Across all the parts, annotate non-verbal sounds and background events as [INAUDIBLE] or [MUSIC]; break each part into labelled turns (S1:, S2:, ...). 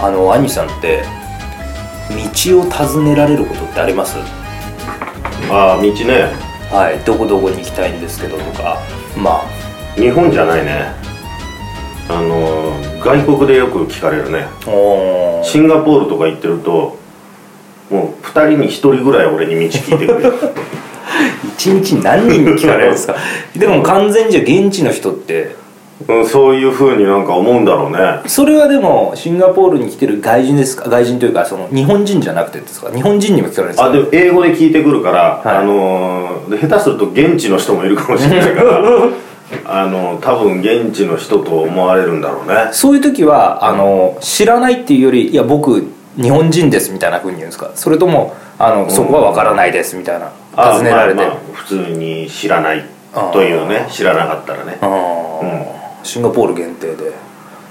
S1: あの兄さんって道を尋ねられることってあります
S2: ああ道ね
S1: はいどこどこに行きたいんですけどとかま
S2: 日本じゃないねあの外国でよく聞かれるね
S1: あお
S2: シンガポールとか行ってるともう2人に1人ぐらい俺に道聞いてくれる
S1: [LAUGHS] 一日何人に聞かれるんです
S2: [LAUGHS]
S1: かでも完全にじゃあ現地の人って
S2: うんそういうふうになんか思うんだろうね
S1: それはでもシンガポールに来てる外人ですか外人というかその日本人じゃなくてですか日本人にも聞かれるんですか
S2: あでも英語で聞いてくるから、
S1: はい
S2: あのー下手すると現地の人もいるかもしれな
S1: [LAUGHS]
S2: いからあの多分現地の人と思われるんだろうね
S1: そういう時はあの知らないっていうよりいや僕日本人ですみたいなふうに言うんですかそれともあのそこは分からないですみたいな
S2: あ
S1: 尋ねられて、
S2: まあまあ普通に知らないというね知らなかったらね
S1: あーシンガポール限定で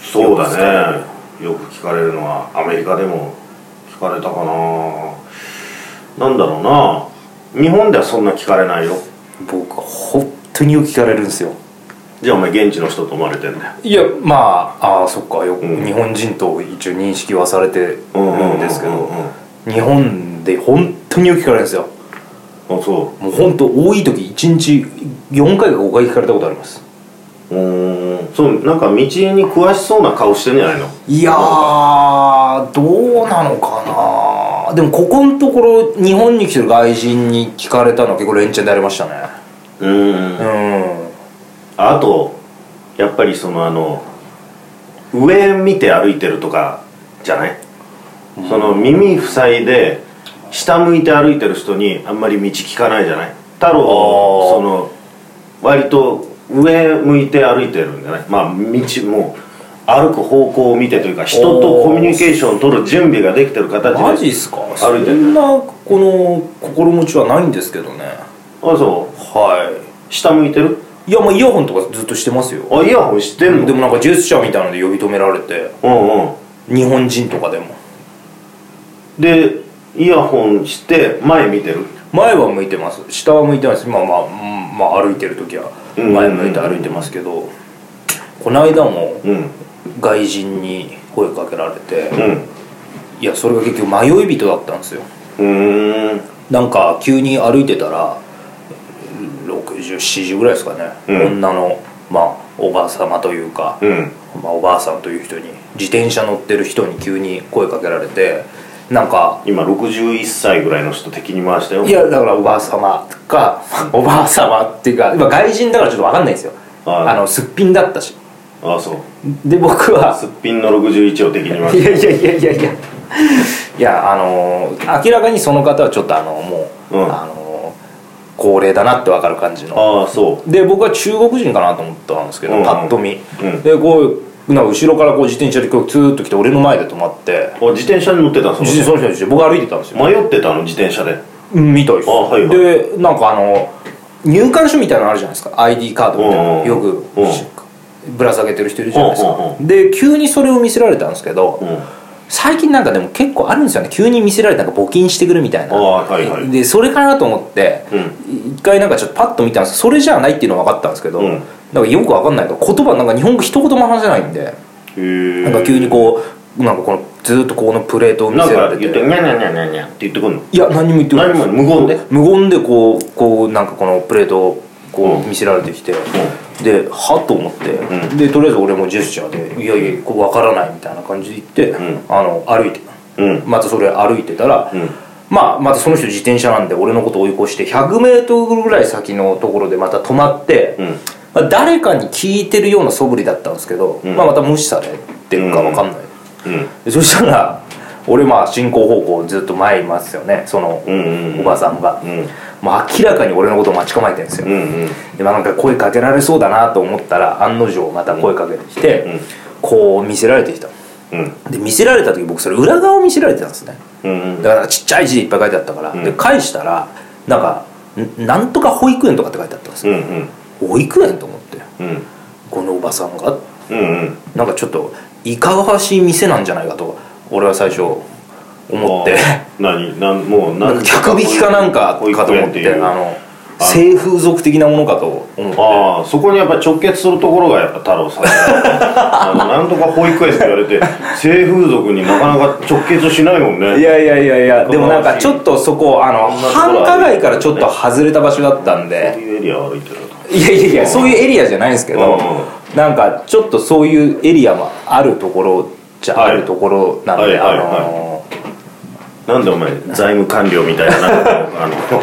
S2: そうだねよく聞かれるのはアメリカでも聞かれたかななんだろうな日本ではそんな聞かれないよ
S1: 僕本当によく聞かれるんですよ
S2: じゃあお前現地の人と思われてんだよ
S1: いやまああーそっかよく、
S2: うん
S1: 日本人と一応認識はされてるんですけど、
S2: うんうんうん
S1: 日本で本当によく聞かれるんですよ
S2: あそ
S1: もう本当多い時1日4回か5回聞かれたことあります
S2: ううーんそうなんか道に詳しそうな顔してんじゃないの
S1: いやーどうなのかなでもここのところ日本に来てる外人に聞かれたのは結構連チャンでありましたね
S2: うー
S1: う
S2: ん
S1: ん
S2: あとやっぱりそのあの上見て歩いてるとかじゃない、その耳塞いで下向いて歩いてる人にあんまり道聞かないじゃない太郎
S1: あー
S2: もその割と上向いて歩いてるんじゃないまあ道も歩く方向を見てというか人とコミュニケーションを取る準備ができてる形で
S1: マジっすかそ
S2: 歩いてる
S1: んなこの心持ちはないんですけどね
S2: あそう
S1: は
S2: 下向いてる
S1: いいやもうイヤホンとかずっとしてますよ
S2: あイヤホンして
S1: で
S2: んの
S1: もなんかジェスチャーみたいので呼び止められて
S2: うんうん
S1: 日本人とかでも
S2: でイヤホンして前見てる
S1: 前は向いてます下は向いてますまあまあ、うんまあ、歩いてる時は
S2: うん
S1: 前向いて歩いてますけどこの間も
S2: うん
S1: 外人に声かけられて、
S2: うん
S1: いやそれが結局迷い人だったんですよ
S2: うーん
S1: なんか急に歩いてたら6070ぐらいですかね、
S2: うん
S1: 女のまあおばあ様というか、
S2: うん
S1: まあ、おばあさんという人に自転車乗ってる人に急に声かけられてなんか
S2: 今61歳ぐらいの人敵に回したよ
S1: いやだからおばあ様かおばあ様っていうか今外人だからちょっと分かんないんですよ
S2: あ
S1: あのすっぴんだったし
S2: ああそう
S1: で僕は
S2: すっぴんの61を敵に回
S1: い
S2: し
S1: やいやいやいやいやいやあのー明らかにその方はちょっとあのもう、
S2: うん
S1: あのー高齢だなって分かる感じ
S2: た
S1: の
S2: ああそ
S1: で僕は中国人かなと思ったんですけど、
S2: うんうん
S1: パッと見、
S2: うん
S1: でこうなんか後ろからこう自転車でこうツーッと来て俺の前で止まって
S2: うあ自転車に乗ってたん
S1: 自転
S2: す
S1: その人にして僕歩いてたんですよ、
S2: 迷ってたの自転車で
S1: うんみたいです、
S2: あはいはい
S1: でなんかあの入館書みたいなのあるじゃないですか ID カードみたいな
S2: うん
S1: よくぶら下げてる人いるじゃないですか
S2: うんうん
S1: で急にそれを見せられたんですけど、
S2: うん
S1: 最近なんかでも結構あるんですよね急に見せられたなんか募金してくるみたいな
S2: ああはいはい
S1: でそれかなと思って、一回なんかちょっとパッと見たんですそれじゃないっていうのは分かったんですけど、
S2: うん
S1: なんかよく分かんないから言葉なんか日本語一言も話せないんで、
S2: へえ
S1: なんか急にこうなんかこのずーっとここのプレートを見
S2: なん
S1: せら
S2: か
S1: れ
S2: 言
S1: て
S2: って「にゃにゃにゃにゃにゃ」って言ってくんの
S1: いや何も言ってない
S2: 何も無言で
S1: 無言でこうこうなんかこのプレートをこ
S2: う
S1: う見せられてきて、ではっと思って、
S2: う
S1: でとりあえず俺もジェスチャーで「いやいやこう分からない」みたいな感じで言って、
S2: ん
S1: あの歩いて
S2: うん
S1: またそれ歩いてたら、
S2: うん
S1: まあ、またその人自転車なんで俺のことを追い越して 100m ぐらい先のところでまた止まって、
S2: うん
S1: まあ、誰かに聞いてるような素振りだったんですけど、
S2: ん
S1: まあ、また無視されてるか分かんない、
S2: うん
S1: でそしたら俺まあ進行方向ずっと前いますよねその
S2: うんうんうん
S1: おばさんが、
S2: うん
S1: もう明らかに俺のことを待ち構えてるんですよ、
S2: うんうん
S1: でまあなんか声かけられそうだなと思ったら案の定また声かけてきて、
S2: ん
S1: こう見せられてきた
S2: うん
S1: で見せられた時僕それ裏側を見せられてたんですね
S2: うんうん
S1: だからちっちゃい字でいっぱい書いてあったから、
S2: ん
S1: で返したらなんかんなんとか保育園とかって書いてあったんです
S2: う
S1: よ、
S2: ん
S1: 保育園と思って
S2: うん
S1: このおばさんが
S2: うんうん
S1: なんかちょっといかがわしい店なんじゃないかと俺は最初思って [LAUGHS]
S2: あー何なんもう
S1: な
S2: 何
S1: んか客引きかなんかかと思ってあの性風俗的なものかと思って
S2: ああそこにやっぱ直結するところがやっぱ太郎さんあ
S1: [LAUGHS]
S2: のなんとか保育園って言われて性風俗になかなか直結しないもんね
S1: いやいやいやいやでもなんかちょっとそこあの繁華街からちょっと外れた場所だったん
S2: こう
S1: で
S2: いうエリア歩いてると
S1: いやいやいやそういうエリアじゃないんですけど
S2: う
S1: なんかちょっとそういうエリアもあるところじゃ
S2: はい
S1: あるところなんで
S2: はいは
S1: あ
S2: いはい
S1: の
S2: なんでお前財務官僚みたいななんかこうあの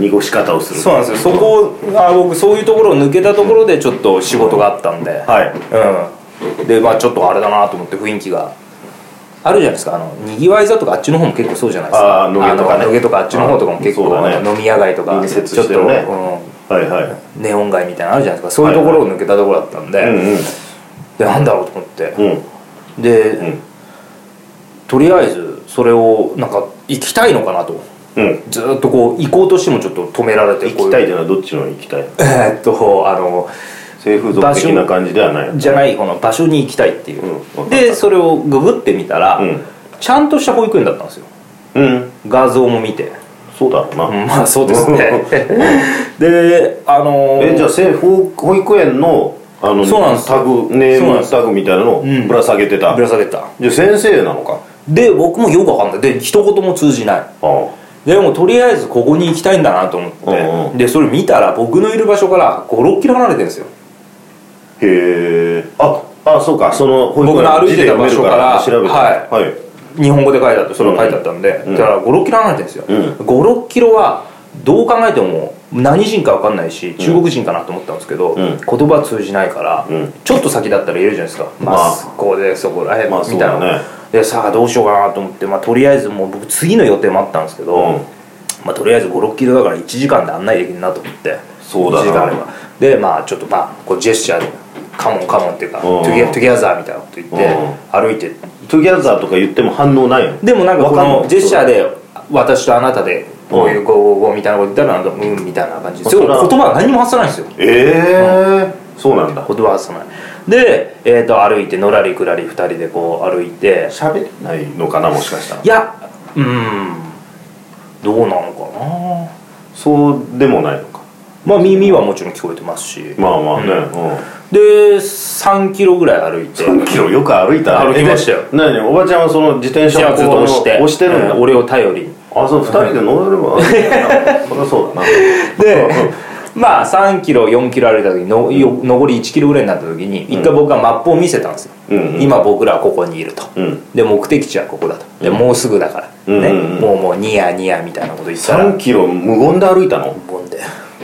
S2: 濁し方をする
S1: そうなんですよそこあ僕そういうところを抜けたところでちょっと仕事があったんで
S2: はい
S1: うんでまあちょっとあれだなと思って雰囲気があるじゃないですかあのにぎわい座とかあっちの方も結構そうじゃないですか
S2: あー野毛とかね
S1: あの野毛とかあっちの方とかも結
S2: うんそう
S1: 構、
S2: だね
S1: あの飲み屋街とか
S2: 隣
S1: ちょ
S2: 接
S1: っ
S2: して
S1: と、
S2: るね
S1: う
S2: はいはい
S1: ん、ネオン街みたいなのあるじゃないですかそういうところを抜けたところだったんで、
S2: う
S1: でなんだろうと思って
S2: んうんうん
S1: で、
S2: ん
S1: とりあえずそれをなんか行きたいのかなと
S2: うん
S1: ずーっとこう行こうとしてもちょっと止められて
S2: 行
S1: こう
S2: きたいっていうのはどっちの行きたい
S1: [LAUGHS] えーっとあの
S2: 性風俗的な感じではない
S1: じゃないこの場所に行きたいっていう、
S2: うん
S1: でそれをググってみたら、
S2: うん
S1: ちゃんとした保育園だったんですよ
S2: うん
S1: 画像も見て、
S2: そうだろうな、
S1: うん [LAUGHS] まあそうですね [LAUGHS] であのー
S2: えじゃあせ保保育園のあの
S1: そうなんです
S2: タグネ
S1: そうなん
S2: ー
S1: で
S2: ム
S1: す
S2: タグみたいなのを
S1: ん
S2: ぶら下げてた、
S1: ぶら下げてた
S2: じゃあ先生なのか
S1: で僕もよくわかんないで一言も通じない
S2: ああ
S1: でもとりあえずここに行きたいんだなと思って、
S2: うんうん
S1: でそれ見たら僕のいる場所から56キロ離れてるんですよ
S2: へえああそうかその保
S1: 僕の歩いてた場所から
S2: 字で読めるから調べてはい、
S1: 日本語で書いてあってそれが書いてあったんで、だから56キロ離れてるんですよ、
S2: うん
S1: 56キロはどう考えても何人か分かんないし中国人かなと思ったんですけど、
S2: ん
S1: 言葉通じないから、
S2: うん
S1: ちょっと先だったら言えるじゃないですか、
S2: ま
S1: ま
S2: あ
S1: あ、そこでそこらへんみ
S2: まあ
S1: たいな、
S2: そうだね
S1: でさあどうしようかなと思って、まあ、とりあえずもう僕次の予定もあったんですけど、
S2: うん
S1: まあ、とりあえず56キロだから1時間で案内できるなと思って
S2: そうだな
S1: 1時間あればでまあちょっとまあこうジェスチャーで「カモンカモン」っていうか「ト
S2: うん
S1: ゥギャトゥギャザー」みたいなこと言って、
S2: うん
S1: 歩いてって
S2: トゥギャザーとか言っても反応ないの
S1: でもなんかこ
S2: わかんな
S1: の
S2: い
S1: ジェスチャーで私とあなたでこういうゴーゴーゴーみたいなこと言ったらなんかうんみたいな感じで
S2: そ
S1: そう
S2: れ
S1: 言
S2: は
S1: 葉が何も発さないんですよ
S2: ええそうなんだ
S1: 言葉は発さないで、えー、と歩いてのらりくらり2人でこう歩いて
S2: 喋れないのかなもしかしたら
S1: いやうーんどうなのかな
S2: そうでもないのか
S1: まあ耳はもちろん聞こえてますし
S2: まあまあね、うん
S1: で3キロぐらい歩いて
S2: 3キロよく歩いたね
S1: 歩きましたよ
S2: えで何おばちゃんはその自転
S1: じ
S2: 車
S1: ゃ
S2: を
S1: あずっと
S2: こう
S1: 押して
S2: 押してるんだ、
S1: うん俺を頼りに
S2: あそう2人で乗
S1: [LAUGHS]
S2: ればそりゃそうだな
S1: でまあ3キロ4キロ歩いた時にの、よ残り1キロぐらいになった時に一回僕がマップを見せたんですよ、
S2: うんうん
S1: 今僕らはここにいると、
S2: うん
S1: で目的地はここだとでもうすぐだから、
S2: うん
S1: ね、
S2: うんうん
S1: もうもうニヤニヤみたいなこと言ってたら
S2: 3キロ無言で歩いたの
S1: ボンで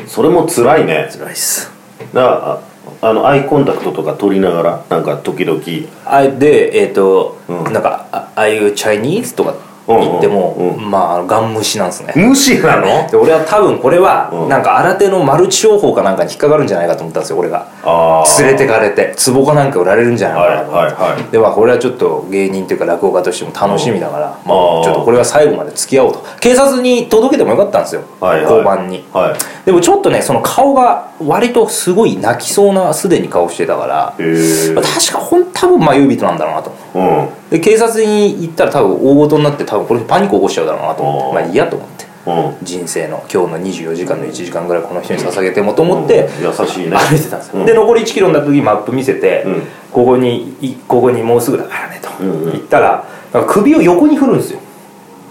S2: それも辛いね
S1: 辛いっす
S2: だからああのアイコンタクトとか取りながらなんか時々
S1: あでえっ、と、
S2: うん
S1: なんかあああいうチャイニーズとか言っても、
S2: うんうん
S1: まあガン無視なんですね
S2: 無視なの
S1: で俺は多分これは、
S2: うん
S1: なんか新手のマルチ商法かなんかに引っかかるんじゃないかと思ったんですよ俺が
S2: ああ
S1: 連れてかれて壺かなんか売られるんじゃないか
S2: はい
S1: なと思って
S2: はいはい
S1: でまあこれはちょっと芸人というか落語家としても楽しみだから、まあ、ち
S2: あー
S1: ょっとこれは最後まで付き合おうと警察に届けてもよかったんですよ、
S2: はいはい
S1: 交番に
S2: は
S1: でもちょっとねその顔が割とすごい泣きそうなすでに顔してたから
S2: いへえ
S1: まあ確かほん多分まあ優人なんだろうなと
S2: うん
S1: で警察に行ったら多分大事になって多分これパニック起こしちゃうだろうなと思って
S2: あー
S1: まあいいやと思って
S2: うん
S1: 人生の今日の24時間の1時間ぐらいこの人に捧げてもと思って、
S2: うん優しいね
S1: 歩いてたんですよ、
S2: うん
S1: で残り1キロになった時マップ見せて、
S2: うん
S1: ここにいここにもうすぐだからねと
S2: うんうん
S1: 言ったら、なんか首を横に振るんですよ、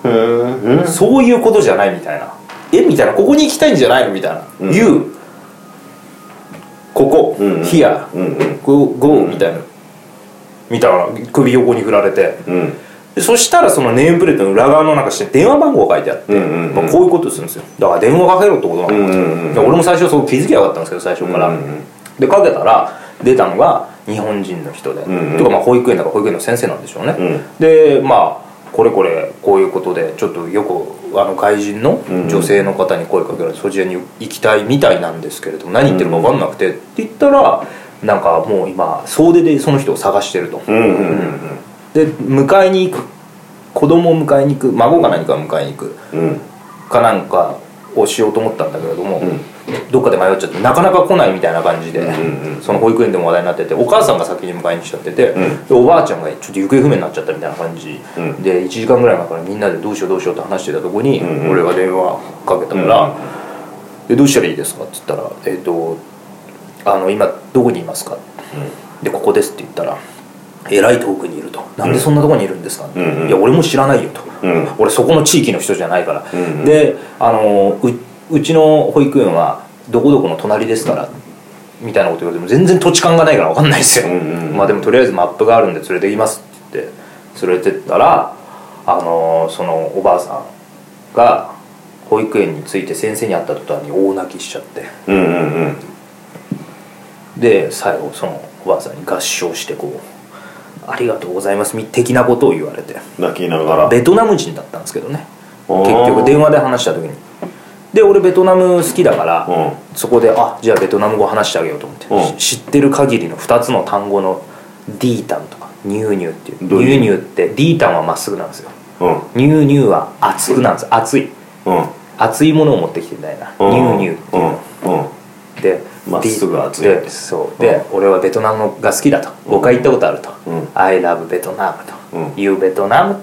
S2: ふーんうん
S1: そういうことじゃないみたいなえみたいなここに行きたいんじゃないのみたいな、
S2: うん
S1: You ここ、
S2: うん
S1: Here
S2: うんうん
S1: Go, go みたいなみたいな首横に振られて
S2: うん
S1: でそしたらそのネームプレートの裏側の中して電話番号が書いてあって、
S2: うんうんうん
S1: まあ、こういうことするんですよだから電話かけろってことなの、
S2: うんうんうん
S1: で俺も最初そう気づきゃよかったんですけど最初から、
S2: うんうんうん
S1: でかけたら出たのが日本人の人で、
S2: んう
S1: て
S2: ん
S1: いうかまあ保育園だから保育園の先生なんでしょうね、
S2: うん
S1: でまあこれこれこういうことでちょっとよくあの外人の
S2: うんうん
S1: 女性の方に声かけられてそちらに行きたいみたいなんですけれども何言ってるか分かんなくてって言ったらなんかもう今総出でその人を探してると、
S2: うんうんうん
S1: で迎えに行く子供を迎えに行く孫か何かを迎えに行く
S2: うん
S1: かなんかをしようと思ったんだけれども、
S2: ん
S1: どっかで迷っちゃってなかなか来ないみたいな感じで、
S2: ん
S1: その保育園でも話題になっててお母さんが先に迎えに来ちゃってて、
S2: ん
S1: でおばあちゃんがちょっと行方不明になっちゃったみたいな感じ、
S2: うん
S1: で1時間ぐらい前からみんなでどうしようどうしようって話してたとこに、
S2: んうん
S1: 俺が電話かけたから、でどうしたらいいですか?」って言ったら「えっ、とあの今どこにいますか?」で「ここです」って言ったら「えらい遠くにいると「なんでそんなとこにいるんですかって
S2: うんうん
S1: いや俺も知らないよ」と
S2: うん
S1: 俺そこの地域の人じゃないから」
S2: うんうん
S1: であのううちの保育園はどこどこの隣ですから」みたいなこと言われても全然土地勘がないから分かんないですよ、
S2: うんうん
S1: まあでもとりあえずマップがあるんで連れて行きますって言って連れてったらあのそのおばあさんが保育園について先生に会った途端に大泣きしちゃって
S2: うんうんうん
S1: で最後そのおばあさんに合唱してこう「ありがとうございます」的なことを言われて
S2: 泣きながら
S1: ベトナム人だったんですけどね
S2: おー
S1: 結局電話で話した時にで俺ベトナム好きだから、
S2: うん
S1: そこであじゃあベトナム語話してあげようと思って、
S2: うん
S1: し知ってる限りの2つの単語の「ディータン」とか「ニューニュー」っていう「
S2: どう
S1: ニ
S2: い
S1: ュ
S2: う
S1: ーニュー」って「ディータン」はまっすぐなんですよ
S2: うん
S1: 「ニューニュー」は熱くなんです熱い
S2: うん
S1: 熱いものを持ってきてみたいな「ニ
S2: うん
S1: ューニュー」っていうの
S2: うんうん
S1: で
S2: まっすぐ熱い
S1: でそうで、俺はベトナムが好きだと5回行ったことあると「
S2: うん
S1: I love ベトナム」
S2: う
S1: と
S2: ん
S1: 「You ベトナム」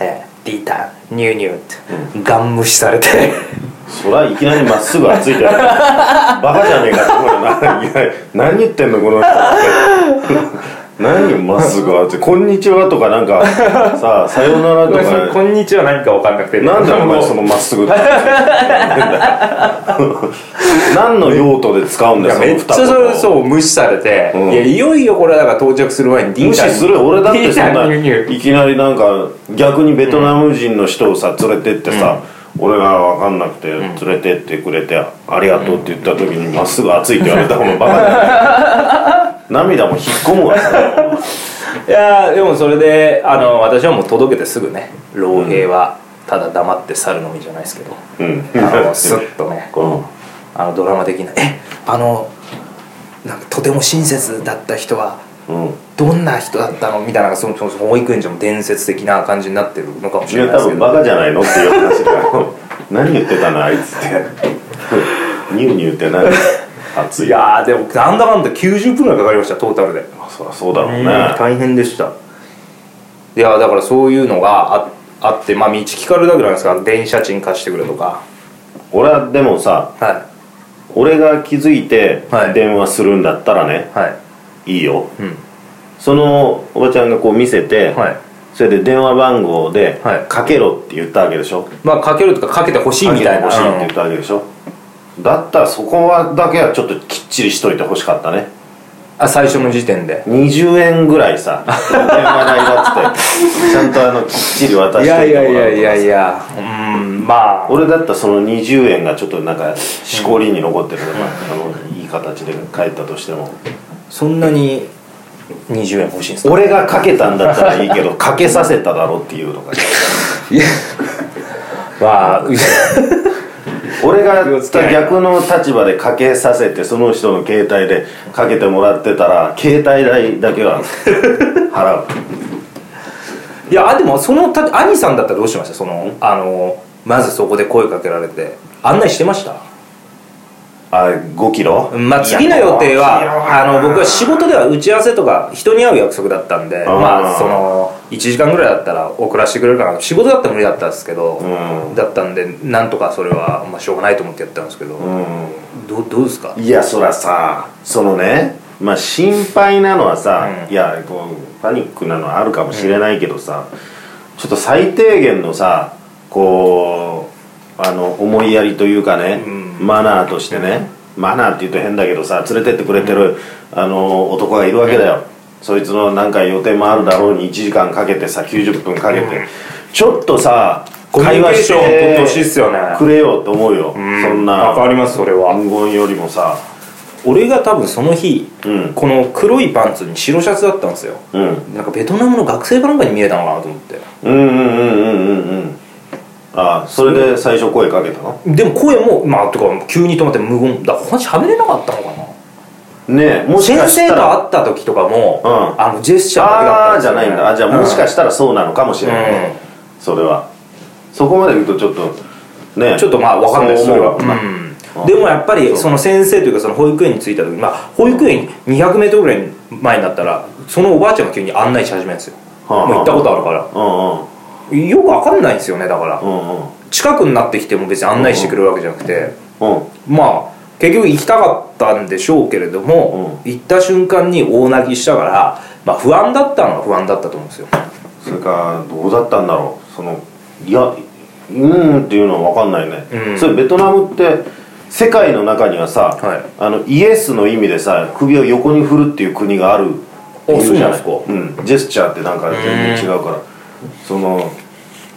S1: えー「ディータン」「ニューニュー」って、ガン無視されて
S2: そらいきなりまっすぐ熱い [LAUGHS] じゃないバカじゃねえかって思うよないや何言ってんのこの人 [LAUGHS] 何よまっすぐ熱い「こんにちは」とかなんかさあ「さよ
S1: [LAUGHS]
S2: なら」と
S1: その
S2: か
S1: んにちは」何か分かんなくて
S2: なんだお前そのまっ
S1: [LAUGHS]
S2: すぐって何の用途で使う
S1: い
S2: んだ
S1: やめ
S2: よ
S1: っちゃそれ
S2: う
S1: そう無視されて、
S2: うん
S1: いやいよいよこれはだから到着する前にディ
S2: 無
S1: ータ
S2: 視
S1: ン
S2: する俺だってそん
S1: ディータン輸入
S2: な
S1: 入
S2: [LAUGHS] いきなりなんか逆にベトナム人の人をさ連れてってさ、俺が分かんなくて連れてってくれてありがとうって言った時にまっすぐ熱いって言われた方がバカだよ [LAUGHS] 涙も引っ込むわ
S1: いやーでもそれであの私はもう届けてすぐね老兵はただ黙って去るのみじゃないですけど、
S2: うん
S1: あのスッとね
S2: うん
S1: あのドラマ的な「えあのなんかとても親切だった人は
S2: うん
S1: どんな人だったの?」みたいなのがそのそのその保育園じゃも伝説的な感じになってるのかもし
S2: い
S1: れ
S2: や
S1: ないですけ
S2: 多分
S1: ど
S2: バカじゃないのっていう話だよ何言ってたのあい [LAUGHS] つってニューニューって何熱い
S1: いやーでもなんだかんだ90分ぐらいかかりましたトータルで。
S2: そりゃそうだろうね
S1: うん大変でしたいやだからそういうのがああってまあ道聞かれるだけなんですから電車賃貸してくれとか
S2: 俺はでもさ
S1: は
S2: 俺が気づいて
S1: はい
S2: 電話するんだったらね
S1: いはい
S2: いいよ
S1: うん
S2: そのおばちゃんがこう見せて、
S1: はい
S2: それで電話番号で
S1: はい
S2: 「かけろ」って言ったわけでしょ、
S1: まあかけるとかかけてほしいみたいな
S2: かけてほしいって言ったわけでしょ、だったらそこはだけはちょっときっちりしといてほしかったね
S1: あ最初の時点で
S2: 20円ぐらいさ電話代だ
S1: [LAUGHS]
S2: っつってちゃんとあのきっちり渡
S1: い
S2: し
S1: や
S2: とい
S1: い
S2: ても
S1: や
S2: らう
S1: い
S2: と
S1: やいやいやうんまあ
S2: 俺だったらその20円がちょっとなんかしこりに残ってるのが、あのいい形で返ったとしても
S1: そんなに20円欲しいんですか
S2: 俺がかけたんだったらいいけ
S1: [LAUGHS]
S2: どかけさせただろっていうのが
S1: いやまあ
S2: 俺が
S1: 気をつけない
S2: 逆の立場でかけさせてその人の携帯でかけてもらってたら携帯代だけ
S1: [LAUGHS]
S2: は払
S1: いやでもそのた兄さんだったらどうしましたそのあのまずそこで声かけられて案内してました
S2: うあ5キロ
S1: まあ、次の予定
S2: いや
S1: はあの僕は仕事では打ち合わせとか人に会う約束だったんで
S2: あー
S1: まあその1時間ぐらいだったら送らせてくれるかな仕事だったら無理だったんですけど、
S2: う
S1: だったんでなんとかそれは、まあ、しょうがないと思ってやったんですけど、どどうですか
S2: うんいやそらさそのねまあ心配なのはさ、
S1: うん
S2: いやこうパニックなのはあるかもしれないけどさ、ちょっと最低限のさこうあの思いやりというかね、
S1: うん
S2: マナーとしてね、マナーって言うと変だけどさ連れてってくれてる、あの男がいるわけだよ、そいつのなんか予定もあるだろうに1時間かけてさ90分かけて、ちょっとさ
S1: コミュニケーションを
S2: 会話
S1: 取ってほしいっすよね
S2: くれよと思うよ、そんな
S1: わかりますそれは
S2: 暗言よりもさ
S1: 俺が多分その日、
S2: うん
S1: この黒いパンツに白シャツだったんですよ
S2: うん
S1: なんかベトナムの学生かなんかに見えたのかなと思って
S2: うんうんうんうんうんうんああそれで最初声かけたの
S1: でも声もまあとか急に止まって無言だから話喋れなかったのかな
S2: ねえもし
S1: 先
S2: かし
S1: 生
S2: たらあ
S1: と会った時とかも、
S2: うん
S1: あのジェスチャーだけだった
S2: あー
S1: ん
S2: じゃないんだあじゃあもしかしたらそうなのかもしれないね、それはそこまで言うとちょっとね
S1: ちょっとまあ分かんないです
S2: そ
S1: そうれ
S2: 思
S1: は、
S2: う
S1: うんでもやっぱりその先生というかその保育園に着いた時まあ保育園 200m ぐらい前になったらそのおばあちゃんが急に案内し始めるんですよ、
S2: はあはあ
S1: もう行ったことあるからよく分かんないんですよねだから、
S2: うんうんうんうん
S1: 近くになってきても別に案内してくれるわけじゃなくて、
S2: うん
S1: まあ結局行きたかったんでしょうけれども、行った瞬間に大泣きしたから、まあ、不安だったのは不安だったと思うんですよ
S2: それからどうだったんだろうそのいやうーんっていうのは分かんないね、
S1: うん
S2: それベトナムって世界の中にはさ、
S1: はい
S2: あのイエスの意味でさ首を横に振るっていう国がある
S1: あ
S2: いるじゃ
S1: そう
S2: いうん、ジェスチャーってなんか全然違うからその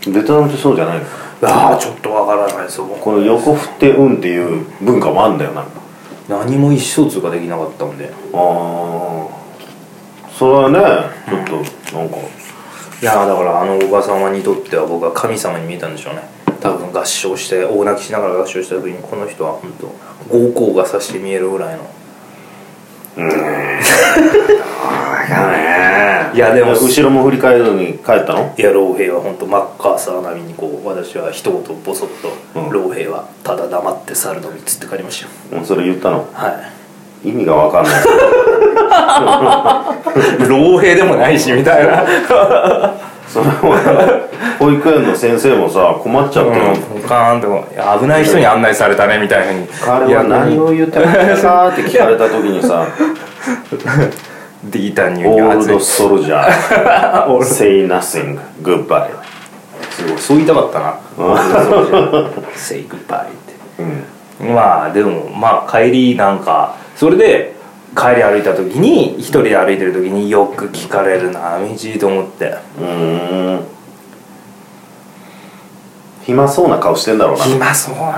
S2: ベトナムってそうじゃないの
S1: ああちょっとわからないですよ僕
S2: この横振って「うん」っていう文化もあんだよなあ
S1: 何も意思疎通ができなかったんで
S2: ーそれはねちょっとなんか
S1: いやーだからあのおばさまにとっては僕は神様に見えたんでしょうね多分合唱して大泣きしながら合唱した時にこの人は本当豪光がさして見えるぐらいの
S2: ね
S1: いやでも
S2: 後ろも振り返るのに帰ったの
S1: いや老兵は本当マッカーサー並みにこう私は一言ボソッと「
S2: うん
S1: 老兵はただ黙って猿の道」って書きましたよ
S2: もうそれ言ったの
S1: はい
S2: 意味が分か
S1: [LAUGHS]
S2: んない
S1: 老兵でもないしみたいな
S2: その保育園の先生もさ困っちゃってる、
S1: カーンと危ない人に案内されたねみたいなふうに
S2: 彼は何を言ってるんですかって聞かれた時にさ
S1: ディータ
S2: 「
S1: に
S2: オ
S1: 言うに
S2: ール
S1: 熱い
S2: ドソルジャ
S1: [LAUGHS]
S2: ー say nothing goodbye
S1: すごいそう言いたかったな「Say goodbye」って」
S2: うん
S1: まあでもまあ帰りなんかそれで帰り歩いた時に一人で歩いてる時によく聞かれるな道と思って
S2: うーん暇そうな顔してんだろう
S1: 暇そうだな
S2: な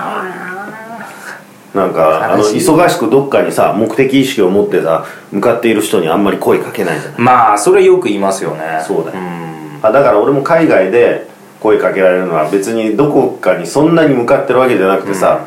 S2: なんかあの
S1: 悲しい
S2: 忙しくどっかにさ目的意識を持ってさ向かっている人にあんまり声かけないじゃない
S1: まあそれよく言いますよね
S2: そうだよ
S1: ん
S2: あだから俺も海外で声かけられるのは別にどこかにそんなに向かってるわけじゃなくてさ、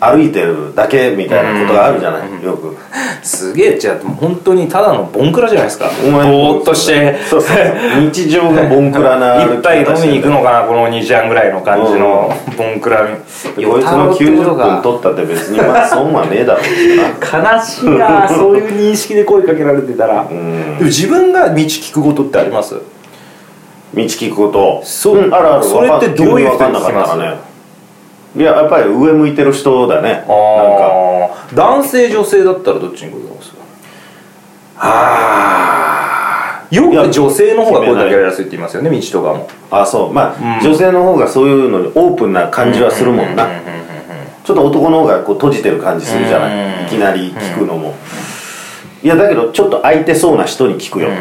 S2: 歩いてるだけみたいなことがあるじゃない、よく
S1: すげえじゃあ本当にただのボンクラじゃないですか
S2: お前
S1: ぼーっとして
S2: そうそうそう日常がボンクラ
S1: [LAUGHS]
S2: な
S1: 一杯飲みに行くのかなこのお兄ちゃんぐらいの感じのボンクラ
S2: でこいつの90分取ったって別にまあ損はねえだろうしな
S1: 悲しいなそういう認識で声かけられてたらでも
S2: うん
S1: 自分が道聞くことってあります
S2: 道聞くこと
S1: そうん
S2: あるある
S1: それってどういう人に聞きます
S2: 分かんなかったからねいややっぱり上向いてる人だねなんか
S1: あ男性女性だったらどっちに声かけますか
S2: ああ
S1: よく女性の方が声かけられやすいって言いますよね道とかも
S2: あそうまあ、女性の方がそういうのにオープンな感じはするもんな、ちょっと男の方がこう閉じてる感じするじゃない、いきなり聞くのも、いやだけどちょっと空いてそうな人に聞くよ、うん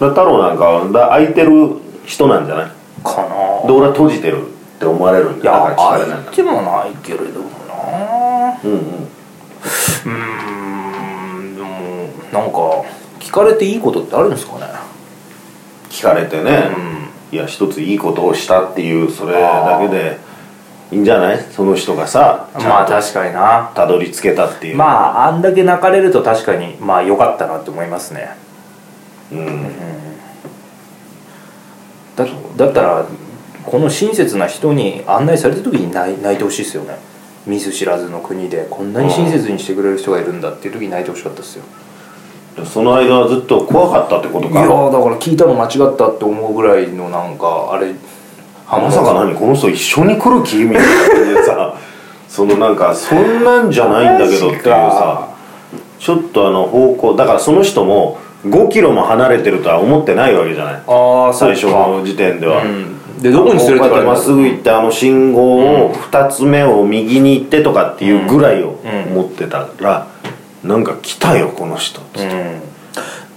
S2: だ太郎なんかはだ空いてる人なんじゃない
S1: かな
S2: で俺は閉じてるって思われるん
S1: い
S2: だ
S1: や
S2: だから聞かれないんだ
S1: 相手もないけれどもな
S2: うんうん
S1: うーんでもなんか聞かれていいことってあるんですかね
S2: 聞かれてね、いや一ついいことをしたっていうそれだけでいいんじゃないその人がさちゃ
S1: ま
S2: ん
S1: あ
S2: と
S1: 確かにな
S2: たどり着けたっていう、
S1: まああんだけ泣かれると確かにまあ良かったなって思いますね
S2: うん
S1: だだったらこの親切な人に案内された時に泣い泣いてほしいですよね見ず知らずの国でこんなに親切にしてくれる人がいるんだっていう時に泣いてほしかったですよ
S2: その間はずっと怖かったってこと
S1: いや
S2: か
S1: ーだから聞いたの間違ったって思うぐらいのなんかあれ
S2: まさか何この人一緒に来る気みたいな感じでさ [LAUGHS] そのなんかそんなんじゃないんだけどっていうさちょっとあの方向だからその人も5キロも離れてるとは思ってないわけじゃない
S1: ああ
S2: 最初の時点では、
S1: うんでどこに連れて
S2: こう
S1: か
S2: やっ
S1: れ
S2: てまっすぐ行ってあの信号を2つ目を右に行ってとかっていうぐらいを思ってたら、なんか来たよこの人って、
S1: うん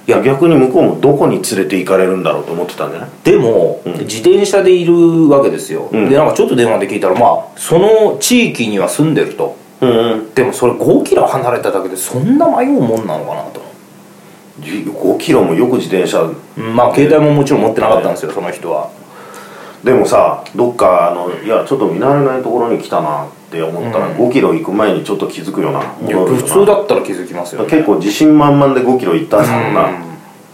S2: いや逆に向こうもどこに連れて行かれるんだろうと思ってたんじゃない
S1: でも、自転車でいるわけですよ、
S2: ん
S1: でなんかちょっと電話で聞いたらまあその地域には住んでると
S2: うんうん
S1: でもそれ5キロ離れただけでそんな迷うもんなのかなと、
S2: 5キロもよく自転車
S1: うんまあ携帯ももちろん持ってなかったんですよその人は
S2: でもさどっかあのいやちょっと見慣れないところに来たなって思ったら、5キロ行く前にちょっと気づくよな戻るよ
S1: 普
S2: な
S1: 通だったら気づきますよ、ね、
S2: 結構自信満々で5キロ行ったんだろうな、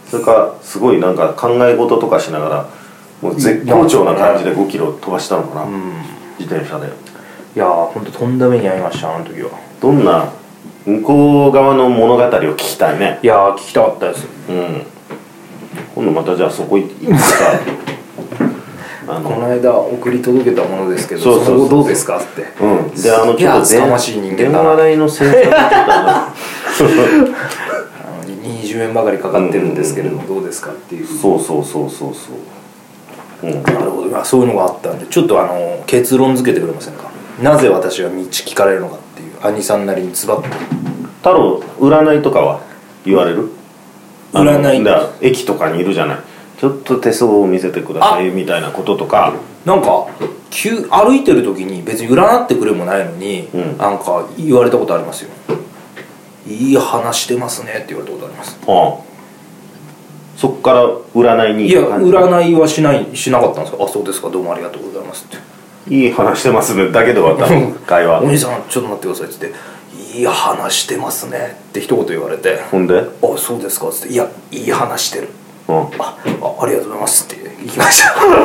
S2: それからすごいなんか考え事とかしながらもう絶好調な感じで5キロ飛ばしたのかな、自転車で
S1: いやーほんととんだ目に遭いましたあの時は
S2: どんな向こう側の物語を聞きたいね
S1: いやー聞きたかったです
S2: うん今度またじゃあそこ行ってさあ
S1: この
S2: の
S1: 間送り届けたものですけど
S2: そうそう
S1: そ
S2: そう
S1: の後どうですかって
S2: うんであの
S1: い
S2: ちょ
S1: や
S2: っと
S1: 厚かましい人間
S2: 電
S1: だな
S2: 話代の生産がちょっとあ
S1: あのに20円ばかりかかってるんですけれどもどうですかっていう
S2: のそうそうそうそうそううん
S1: なるほどまあそういうのがあったんでちょっとあの結論付けてくれませんかなぜ私は道聞かれるのかっていう兄さんなりにズバッと
S2: 太郎占いとかは言われるあの
S1: 占い
S2: だ駅とかにいるじゃないちょっと手相を見せてくださいみたいなこととか
S1: なんか急歩いてる時に別に占ってくれもないのに、
S2: うん
S1: なんか言われたことありますよいい話してますねって言われたことあります
S2: ああそっから占いに
S1: い
S2: 行
S1: や
S2: く感じ
S1: 占いはしないしなかったんですよあそうですかどうもありがとうございますって
S2: いい話してますねだけで終わったの会
S1: お
S2: 話
S1: 兄さんちょっと待ってくださいって言っていい話してますねって一言言われて
S2: ほんで、うん、
S1: あそうですかっつっていやいい話してるああありがとうございますって行きまし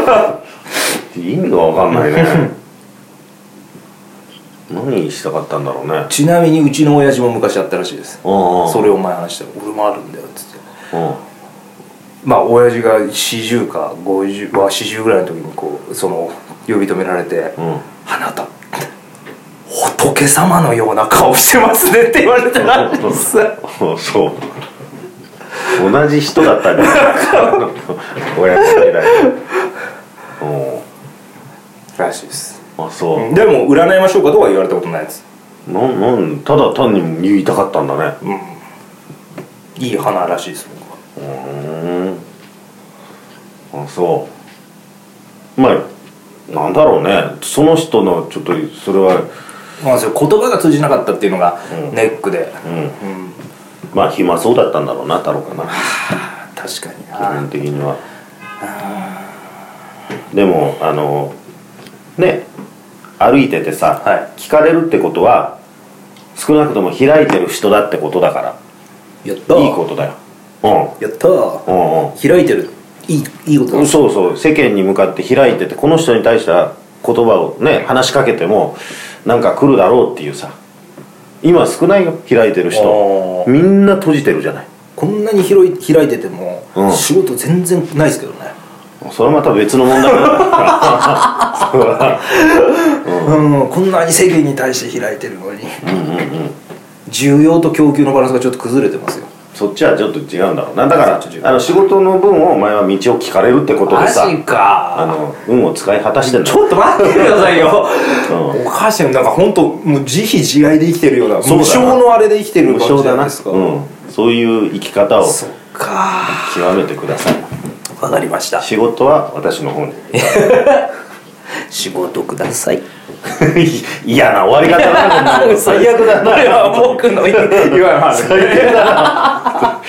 S1: た
S2: [LAUGHS] 意味が分かんな
S1: [LAUGHS]
S2: いね何したかったんだろうねあ
S1: ちなみにうちの親父も昔やったらしいです
S2: あ
S1: それをお前話してる俺もあるんだよっつって
S2: うん
S1: まあ親父が40か50は40ぐらいの時にこうその呼び止められて
S2: うん
S1: 「あなた仏様のような顔してますね」って言われたらしいです
S2: そう [LAUGHS] そう同じ人だ [LAUGHS] ったね親父以来う
S1: らしいです
S2: んあそう、
S1: でも占いましょうかとは言われたことないです
S2: ななんただ単に言いたかったんだね
S1: うんいい花らしいです僕は
S2: うーんあそうまあなんだろうねその人のちょっとそれは
S1: まあそれ言葉が通じなかったっていうのが
S2: うん
S1: ネックで
S2: うん
S1: うん
S2: まあ暇そうだったんだろうな太郎かな
S1: 確かに
S2: 基本的には
S1: あ
S2: でもあのね歩いててさ、
S1: はい
S2: 聞かれるってことは少なくとも開いてる人だってことだから
S1: ーやった
S2: いいことだよう
S1: やったー
S2: んうんうん
S1: 開いてるいいいいことだ
S2: そうそう世間に向かって開いててこの人に対しては言葉をね話しかけてもなんか来るだろうっていうさ今少ないよ開いてる人
S1: あー
S2: みんな閉じてるじゃない
S1: こんなに広い開いてても、
S2: うん
S1: 仕事全然ないですけどね
S2: それはまた別の問題
S1: [LAUGHS]
S2: だから
S1: うん、こんなに世間に対して開いてるのに、需要と供給のバランスがちょっと崩れてますよ
S2: そっちはちょっと違うんだろうなだ
S1: そっち違
S2: か
S1: う
S2: らあの仕事の分をお前は道を聞かれるってことでさあ
S1: か
S2: の運を使い果たしてんだ
S1: ち
S2: よ
S1: ょっと待
S2: [LAUGHS]
S1: ってくださいよ、おかしいなんか本当もう自費自愛で生きてるような
S2: そうだな
S1: 無償のあれで生きてる
S2: 無
S1: 感
S2: 償
S1: じじゃ
S2: だ
S1: ない
S2: な
S1: ですか、
S2: うんそういう生き方を
S1: そっか
S2: 極めてください
S1: わかりました
S2: 仕事は私の方に [LAUGHS]
S1: 仕事ください
S2: 嫌
S1: [LAUGHS]
S2: な終わり方だな [LAUGHS]
S1: 最悪だなこれは僕の言わ
S2: 最悪だな